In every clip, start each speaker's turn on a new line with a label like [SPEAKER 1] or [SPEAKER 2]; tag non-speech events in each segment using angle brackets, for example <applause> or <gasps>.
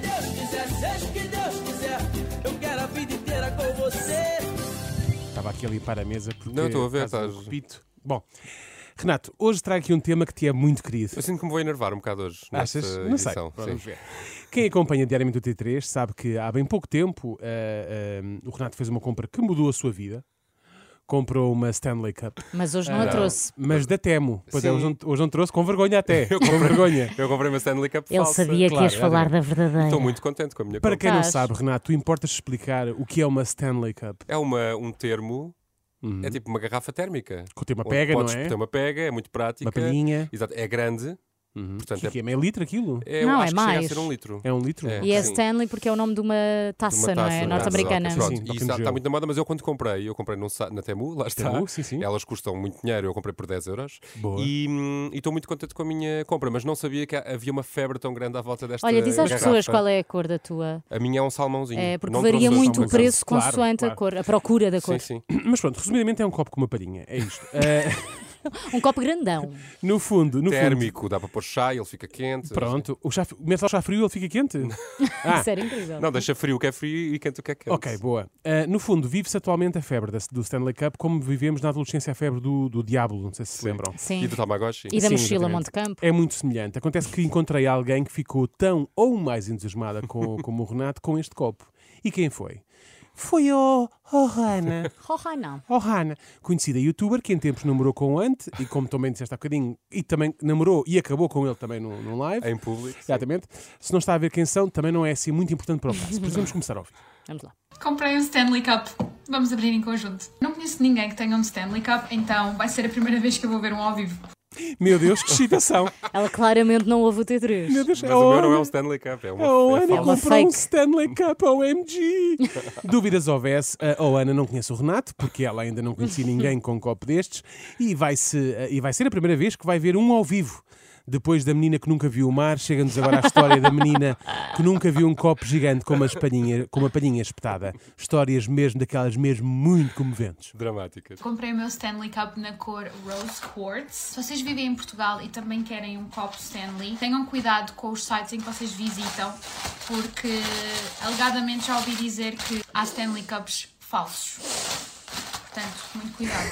[SPEAKER 1] quiser, seja o que Deus quiser, eu quero a vida inteira com você.
[SPEAKER 2] Estava aqui ali para a mesa porque
[SPEAKER 3] Não, estou a ver,
[SPEAKER 2] caso eu
[SPEAKER 3] estás-
[SPEAKER 2] repito. Bom, Renato, hoje trago aqui um tema que te é muito querido.
[SPEAKER 3] Eu sinto que me vou enervar um bocado hoje. nesta
[SPEAKER 2] Achas? Não sei.
[SPEAKER 3] edição,
[SPEAKER 2] Vamos
[SPEAKER 3] sim.
[SPEAKER 2] ver. Quem acompanha diariamente o T3 sabe que há bem pouco tempo eh, eh, o Renato fez uma compra que mudou a sua vida. Comprou uma Stanley Cup,
[SPEAKER 4] Mas hoje não a
[SPEAKER 2] É.
[SPEAKER 3] Não.
[SPEAKER 4] trouxe.
[SPEAKER 2] mas da Temo. Pois é,
[SPEAKER 3] Sim.
[SPEAKER 2] hoje não, hoje não trouxe, com vergonha até. com vergonha.
[SPEAKER 3] <laughs> Eu comprei uma Stanley Cup
[SPEAKER 4] Ele
[SPEAKER 3] falsa.
[SPEAKER 4] sabia que
[SPEAKER 2] claro,
[SPEAKER 4] ias
[SPEAKER 2] é
[SPEAKER 4] falar da verdadeira.
[SPEAKER 3] Estou Então, muito contente com a minha
[SPEAKER 2] Para
[SPEAKER 3] compra.
[SPEAKER 2] quem não
[SPEAKER 4] Estás.
[SPEAKER 2] sabe, Renato, tu importas explicar o que é uma Stanley Cup?
[SPEAKER 3] É uma, um termo,
[SPEAKER 2] Uhum.
[SPEAKER 3] é tipo uma garrafa térmica.
[SPEAKER 2] Que tem uma
[SPEAKER 3] Onde
[SPEAKER 2] pega, não
[SPEAKER 3] podes
[SPEAKER 2] é?
[SPEAKER 3] Tem uma pega, é muito prática.
[SPEAKER 2] Uma palhinha.
[SPEAKER 3] Exato, é grande.
[SPEAKER 2] Uhum.
[SPEAKER 3] Portanto,
[SPEAKER 2] Que
[SPEAKER 3] é-
[SPEAKER 2] que é meio litro aquilo?
[SPEAKER 3] É, eu
[SPEAKER 4] Não,
[SPEAKER 3] acho
[SPEAKER 4] é
[SPEAKER 3] que chega
[SPEAKER 4] mais.
[SPEAKER 3] a ser um litro.
[SPEAKER 2] É um litro?
[SPEAKER 3] É.
[SPEAKER 4] E é
[SPEAKER 3] Sim.
[SPEAKER 4] Stanley porque é o nome de uma taça,
[SPEAKER 3] De uma
[SPEAKER 4] não
[SPEAKER 3] taça,
[SPEAKER 4] é?
[SPEAKER 3] exato,
[SPEAKER 4] Norte-americana.
[SPEAKER 3] exato.
[SPEAKER 2] Sim,
[SPEAKER 3] Pronto,
[SPEAKER 2] sim,
[SPEAKER 3] e
[SPEAKER 2] toca no
[SPEAKER 3] está,
[SPEAKER 2] gelo.
[SPEAKER 3] muito na moda, mas eu quando comprei, eu comprei num site- na Temu, lá está.
[SPEAKER 2] Temu, sim, sim.
[SPEAKER 3] Elas custam muito dinheiro, eu comprei por 10 euros.
[SPEAKER 2] Boa.
[SPEAKER 3] E hum, e estou muito contente com a minha compra, mas não sabia que havia uma febre tão grande à volta desta
[SPEAKER 4] Olha, diz às
[SPEAKER 3] garrafa.
[SPEAKER 4] pessoas qual é a cor da tua.
[SPEAKER 3] A minha é um salmãozinho.
[SPEAKER 4] É, porque
[SPEAKER 3] Não
[SPEAKER 4] varia
[SPEAKER 3] trouxe hoje,
[SPEAKER 4] muito
[SPEAKER 3] por
[SPEAKER 4] o
[SPEAKER 3] acaso.
[SPEAKER 4] preço
[SPEAKER 2] Claro,
[SPEAKER 4] consoante
[SPEAKER 2] claro.
[SPEAKER 4] a cor, a procura da
[SPEAKER 3] Sim,
[SPEAKER 4] cor.
[SPEAKER 3] sim.
[SPEAKER 2] Mas pronto, resumidamente é um copo com uma palhinha. É isto. <laughs> Eh,
[SPEAKER 4] Um copo grandão.
[SPEAKER 2] no fundo, no fundo.
[SPEAKER 3] Térmico, dá para pôr chá, ele fica quente.
[SPEAKER 2] Pronto, o chá, metes ao chá frio ele fica quente? <laughs> Ah,
[SPEAKER 4] Isso era incrível.
[SPEAKER 3] Não, deixa frio o que é frio e quente o que é quente.
[SPEAKER 2] ok, boa. Eh, no fundo, vive-se atualmente a febre da- do Stanley Cup como vivemos na adolescência a febre do, do Diablo, não sei se se lembram.
[SPEAKER 3] E
[SPEAKER 4] Sim.
[SPEAKER 3] do Tamagotchi?
[SPEAKER 4] E da
[SPEAKER 2] Sim,
[SPEAKER 4] mochila
[SPEAKER 2] exatamente.
[SPEAKER 4] Monte Campo.
[SPEAKER 2] É muito semelhante. Acontece que encontrei alguém que ficou tão ou mais entusiasmada com, <laughs> como o Renato com este copo. E quem foi? Foi o, o Rana.
[SPEAKER 4] Oh, não.
[SPEAKER 2] Oh, Rana, conhecida youtuber que em tempos namorou com o Ant e, como também disseste há bocadinho, e também namorou e acabou com ele também num, num live.
[SPEAKER 3] Em público.
[SPEAKER 2] Exatamente. Se não está a ver quem são, também não é assim muito importante para o caso. Por isso vamos começar a ouvir.
[SPEAKER 4] Vamos lá.
[SPEAKER 5] Comprei um Stanley Cup. Vamos abrir em conjunto. Não conheço ninguém que tenha um Stanley Cup, então vai ser a primeira <laughs> vez que eu vou ver um ao vivo.
[SPEAKER 2] Meu Deus, que
[SPEAKER 3] <laughs>
[SPEAKER 2] excitação!
[SPEAKER 4] Ela claramente não ouve o T3.
[SPEAKER 2] Meu Deus,
[SPEAKER 3] Mas
[SPEAKER 2] é
[SPEAKER 3] o meu
[SPEAKER 2] Ana.
[SPEAKER 3] não é um Stanley Cup, é uma
[SPEAKER 2] A Oana
[SPEAKER 3] é
[SPEAKER 4] uma
[SPEAKER 2] comprou um
[SPEAKER 4] fake.
[SPEAKER 2] Stanley Cup OMG! <laughs> Dúvidas houvesse, a Oana não conhece o Renato, porque ela ainda não
[SPEAKER 3] <laughs>
[SPEAKER 2] conhecia ninguém com um copo destes, e vai, -se, e vai ser a primeira vez que vai ver um ao vivo. Depois da menina que nunca viu o mar, chega-nos agora a história da menina que nunca viu um copo gigante com uma, espadinha, com uma palhinha espetada. Histórias mesmo daquelas mesmo muito comoventes.
[SPEAKER 3] dramática.
[SPEAKER 5] Comprei o meu Stanley Cup na cor Rose Quartz. Se vocês vivem em Portugal e também querem um copo Stanley, tenham cuidado com os sites em que vocês visitam, porque alegadamente já ouvi dizer que há Stanley Cups falsos. Portanto, muito cuidado.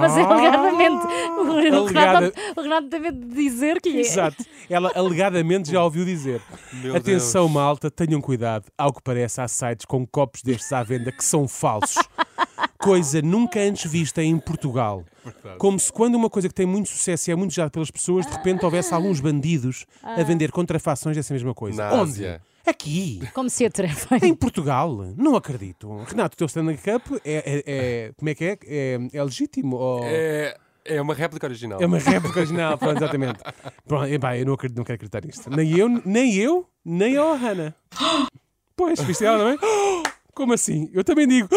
[SPEAKER 4] Mas
[SPEAKER 3] Ah.
[SPEAKER 4] é alegadamente. O
[SPEAKER 2] Alegada-
[SPEAKER 4] Renato, o Renato tem medo de dizer que é.
[SPEAKER 2] Exato. Ela alegadamente já ouviu dizer.
[SPEAKER 3] Meu
[SPEAKER 2] Atenção, malta, tenham cuidado. Ao que parece, há sites com copos destes à venda que são falsos. Coisa nunca antes vista em Portugal. Como se quando uma coisa que tem muito sucesso e é muito desejada pelas pessoas, de repente houvesse alguns bandidos a vender contrafações dessa mesma coisa.
[SPEAKER 3] Na
[SPEAKER 2] Onde?
[SPEAKER 3] Ásia.
[SPEAKER 2] Aqui.
[SPEAKER 4] Como se atrevem.
[SPEAKER 2] Em Portugal? Não acredito. Renato, o teu Stanley Cup é, é- é- Como é que é? É, é legítimo? Ou...
[SPEAKER 3] É, é uma réplica original.
[SPEAKER 2] É
[SPEAKER 3] <laughs>
[SPEAKER 2] uma réplica original, pronto, exatamente. Pronto, epá, eu não, acredito, não quero acreditar nisto. Nem eu, nem eu, nem a Ohana. Pois, viste ela também? Como assim? Eu também digo.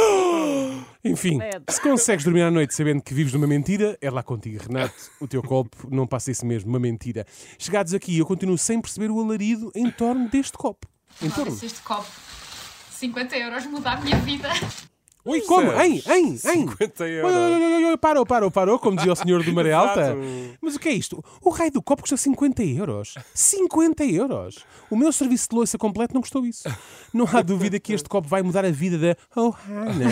[SPEAKER 2] Enfim, se consegues dormir à noite sabendo que vives numa mentira, é lá contigo, Renato. O teu copo não passa isso mesmo, uma mentira. Chegados aqui, eu continuo sem perceber o alarido em torno deste copo. Em torno.
[SPEAKER 5] Olha-se este copo. 50 euros mudar a minha vida. <laughs>
[SPEAKER 2] Oi, como? Hein, hein, hein?
[SPEAKER 3] 50 euros.
[SPEAKER 2] Oi, oi, oi, oi, oi, parou, parou, parou, como dizia o senhor do Maré Alta.
[SPEAKER 3] Exato.
[SPEAKER 2] Mas o que é isto? O raio do copo custa 50 euros. 50 euros! O meu serviço de louça completo não custou isso. Não há dúvida que este copo vai mudar a vida da Ohana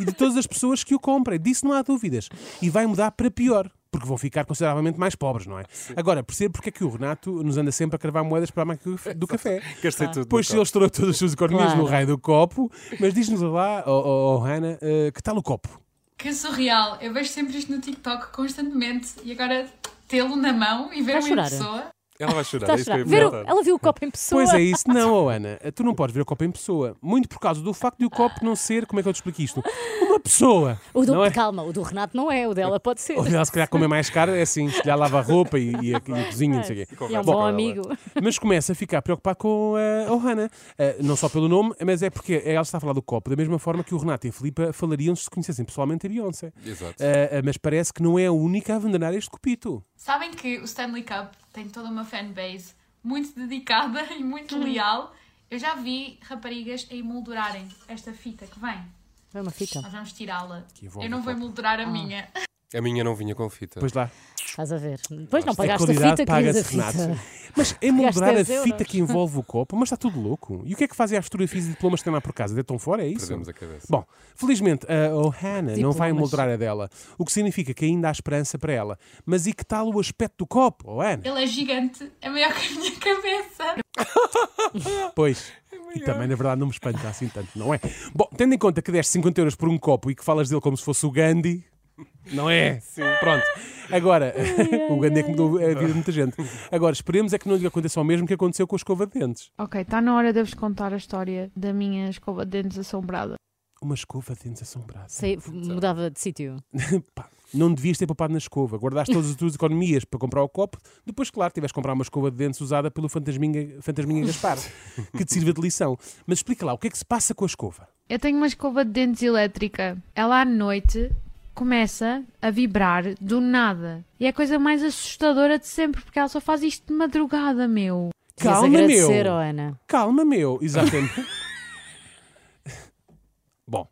[SPEAKER 2] e de todas as pessoas que o comprem. Disso não há dúvidas. E vai mudar para pior. Porque vão ficar consideravelmente mais pobres, não é? Agora, percebo porque é que o Renato nos anda sempre a cravar moedas para a máquina do café.
[SPEAKER 4] Ah.
[SPEAKER 3] Gastei tudo.
[SPEAKER 2] Pois ele estourou todas as suas economias
[SPEAKER 4] Claro.
[SPEAKER 2] no raio do copo, mas diz-nos lá, oh, oh, oh, Hannah, eh, que tal o copo?
[SPEAKER 5] Que surreal! Eu vejo sempre isto no TikTok constantemente e agora tê-lo na mão e ver
[SPEAKER 4] Vais
[SPEAKER 5] uma em
[SPEAKER 4] chorar?
[SPEAKER 5] pessoa.
[SPEAKER 3] Ela vai chorar,
[SPEAKER 4] Está Tá a
[SPEAKER 3] é isso que eu ia
[SPEAKER 4] chorar. Ver o-
[SPEAKER 3] perguntar.
[SPEAKER 4] ela viu o copo em pessoa.
[SPEAKER 2] Pois é isso, não, oh, Ana, tu não podes ver o copo em pessoa, muito por causa do facto de o copo não ser, como é que eu te explico isto? Uma pessoa,
[SPEAKER 4] O do-
[SPEAKER 2] não é?
[SPEAKER 4] Calma, o do Renato não é, o dela pode ser.
[SPEAKER 2] Ou ela se calhar como é mais caro, é assim, se calhar lava a roupa e, e a, e a cozinha, não sei o quê.
[SPEAKER 4] E é um
[SPEAKER 3] Bom,
[SPEAKER 4] bom amigo.
[SPEAKER 2] Mas começa a ficar preocupado com a Ohana. Ah, não só pelo nome, mas é porque ela está a falar do copo da mesma forma que o Renato e a Filipa falariam se conhecessem pessoalmente a Beyoncé.
[SPEAKER 3] Exato.
[SPEAKER 2] Ah, ah, mas parece que não é a única a abandonar este copito.
[SPEAKER 5] Sabem que o Stanley Cup tem toda uma fanbase muito dedicada <laughs> e muito leal. Eu já vi raparigas a emoldurarem esta fita que vem.
[SPEAKER 4] É uma fita.
[SPEAKER 5] Nós vamos tirá-la.
[SPEAKER 2] envolve
[SPEAKER 5] Eu não
[SPEAKER 2] o
[SPEAKER 5] vou
[SPEAKER 2] copo.
[SPEAKER 5] emoldurar a minha.
[SPEAKER 3] A minha não vinha com fita.
[SPEAKER 2] Pois lá.
[SPEAKER 4] Estás a ver? Depois não
[SPEAKER 2] Isto é
[SPEAKER 4] pagaste a
[SPEAKER 2] qualidade,
[SPEAKER 4] fita, querias
[SPEAKER 2] paga-se,
[SPEAKER 4] a fita.
[SPEAKER 2] Renato. <laughs> Mas é moldurar a
[SPEAKER 4] 10 euros.
[SPEAKER 2] fita que envolve o copo, mas está tudo louco. E o que é que fazem as fotografias e diplomas que têm lá por casa? Deitam fora? É isso?
[SPEAKER 3] Perdemos a cabeça.
[SPEAKER 2] Bom, felizmente a Ohana não vai
[SPEAKER 4] Diplomas.
[SPEAKER 2] moldurar a dela, o que significa que ainda há esperança para ela. Mas e que tal o aspecto do copo, Ohana?
[SPEAKER 5] Ele é gigante, é maior que a minha <laughs> cabeça.
[SPEAKER 2] Pois. E também, na verdade, não me espanta assim tanto, não é? Bom, tendo em conta que deste 50 euros por um copo e que falas dele como se fosse o Gandhi, não é? Sim. Pronto. Agora, <laughs> o Gandhi é que mudou a vida de muita gente. Agora, esperemos é que não lhe aconteça o mesmo que aconteceu com a escova de dentes.
[SPEAKER 6] Ok, está na hora de vos contar a história da minha escova de dentes assombrada.
[SPEAKER 2] Uma escova de dentes assombrada.
[SPEAKER 4] Sei- mudava de sítio.
[SPEAKER 2] Pá, não devias ter poupado na escova. Guardaste todas as tuas economias para comprar o copo. Depois, claro, tiveste de comprar uma escova de dentes usada pelo fantasminha, fantasminha
[SPEAKER 4] <laughs>
[SPEAKER 2] Gaspar, que te sirva de lição. Mas explica lá, o que é que se passa com a escova?
[SPEAKER 6] Eu tenho uma escova de dentes elétrica. Ela à noite começa a vibrar do nada. E é a coisa mais assustadora de sempre, porque ela só faz isto de madrugada, meu.
[SPEAKER 4] Queres
[SPEAKER 2] Calma, meu.
[SPEAKER 4] agradecer, oh, Ana.
[SPEAKER 2] Calma, meu.
[SPEAKER 3] <laughs>
[SPEAKER 2] Exatamente. Bom,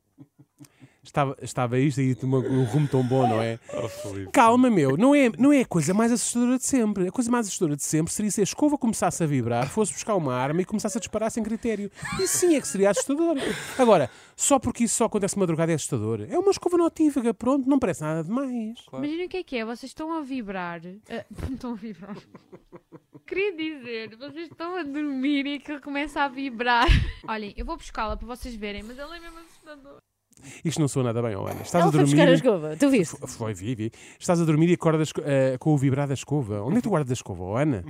[SPEAKER 2] estava, estava isto aí de uma- um rumo tão bom, não é?
[SPEAKER 3] Oh, Filipe.
[SPEAKER 2] Calma, meu. Não é, não é a coisa mais assustadora de sempre. A coisa mais assustadora de sempre seria se a escova começasse a vibrar, fosse buscar uma arma e começasse a disparar sem critério. E sim é que seria assustador. Agora, só porque isso só acontece de madrugada é assustador. É uma escova notívaga, pronto, não parece nada demais.
[SPEAKER 3] Claro.
[SPEAKER 6] Imagina o que é que é, vocês estão a vibrar. <laughs> Ah, estão a vibrar. Queria dizer, vocês estão a dormir e aquilo começa a vibrar. <laughs> Olhem, eu vou buscá-la para vocês verem, mas ela é mesmo assustadora.
[SPEAKER 2] Isto não soa nada bem, olha. Estás
[SPEAKER 4] Ela
[SPEAKER 2] a
[SPEAKER 4] foi buscar a
[SPEAKER 2] dormir.
[SPEAKER 4] escova, tu viste?
[SPEAKER 2] Foi, vi, vi. Estás a dormir e acordas eh, com o vibrar da escova. Onde é que tu guardas a escova, oh, Ana?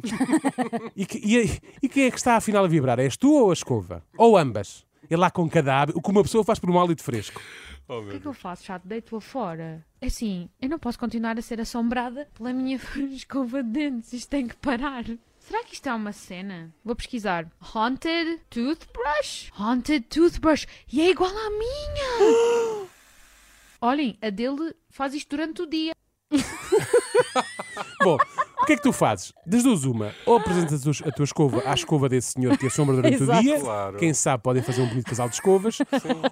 [SPEAKER 2] e, que- e- e quem é que está afinal a vibrar? És tu ou a escova? Ou ambas? É lá com cada hábito, o que uma pessoa faz por um hálito fresco.
[SPEAKER 3] Oh,
[SPEAKER 6] O
[SPEAKER 3] meu
[SPEAKER 6] que é que eu faço, chato? Deito-a fora. Assim, eu não posso continuar a ser assombrada pela minha <laughs> escova de dentes. Isto tem que parar. Será que isto é uma cena? Vou pesquisar. Haunted Toothbrush? Haunted Toothbrush. E é igual à minha! <gasps> Olhem, a dele faz isto durante o dia.
[SPEAKER 2] Bom, o que é que tu fazes? Das duas, uma. Ou apresentas os- a tua escova à escova desse senhor que assombra durante o
[SPEAKER 4] Exato.
[SPEAKER 2] dia.
[SPEAKER 3] Claro.
[SPEAKER 2] Quem sabe podem fazer um bonito casal de escovas.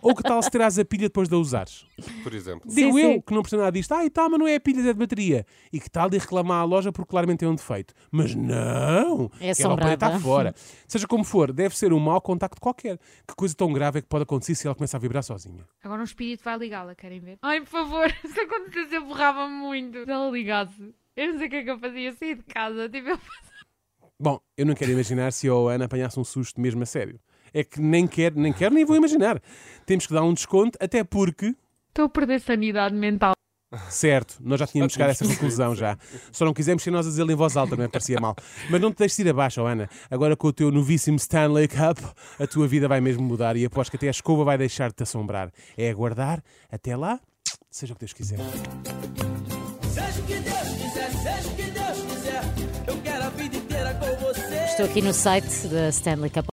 [SPEAKER 2] Ou que tal se terás a pilha depois de a usares?
[SPEAKER 3] Deus. Por exemplo.
[SPEAKER 2] Digo eu
[SPEAKER 4] sim.
[SPEAKER 2] que não percebo nada disto. Ah, e tal, mas não é a pilha, é de bateria. E que tal de reclamar à loja porque claramente tem um defeito. Mas não!
[SPEAKER 4] É
[SPEAKER 2] que ela pode
[SPEAKER 4] assombrada.
[SPEAKER 2] estar fora. Seja como for, deve ser um mau contacto qualquer. Que coisa tão grave é que pode acontecer se ela começa a vibrar sozinha?
[SPEAKER 6] Agora um espírito vai ligá-la, querem ver? Ai, por favor, <laughs> se acontecesse eu borrava muito. Se ela ligasse, eu não sei o que é que eu fazia, eu saía de casa, tipo, eu <laughs>
[SPEAKER 2] Bom, eu não quero imaginar se eu ou a Ana apanhasse um susto mesmo a sério. É que nem quero, nem quero, nem vou imaginar. Temos que dar um desconto, até porque,
[SPEAKER 6] estou a perder sanidade mental.
[SPEAKER 2] certo, nós já tínhamos
[SPEAKER 3] Já
[SPEAKER 2] chegado a essa
[SPEAKER 3] tínhamos
[SPEAKER 2] conclusão já. Só não quisemos ser nós a dizê-lo em voz alta, não é? Parecia mal. Mas não te deixes ir abaixo, oh Ana. Agora com o teu novíssimo Stanley Cup, a tua vida vai mesmo mudar e após que até a escova vai deixar de te assombrar. É aguardar, até lá, seja o que Deus quiser.
[SPEAKER 1] Seja o que Deus quiser, seja o que Deus quiser, eu quero a vida inteira com você.
[SPEAKER 4] Estou aqui no site da Stanley Cup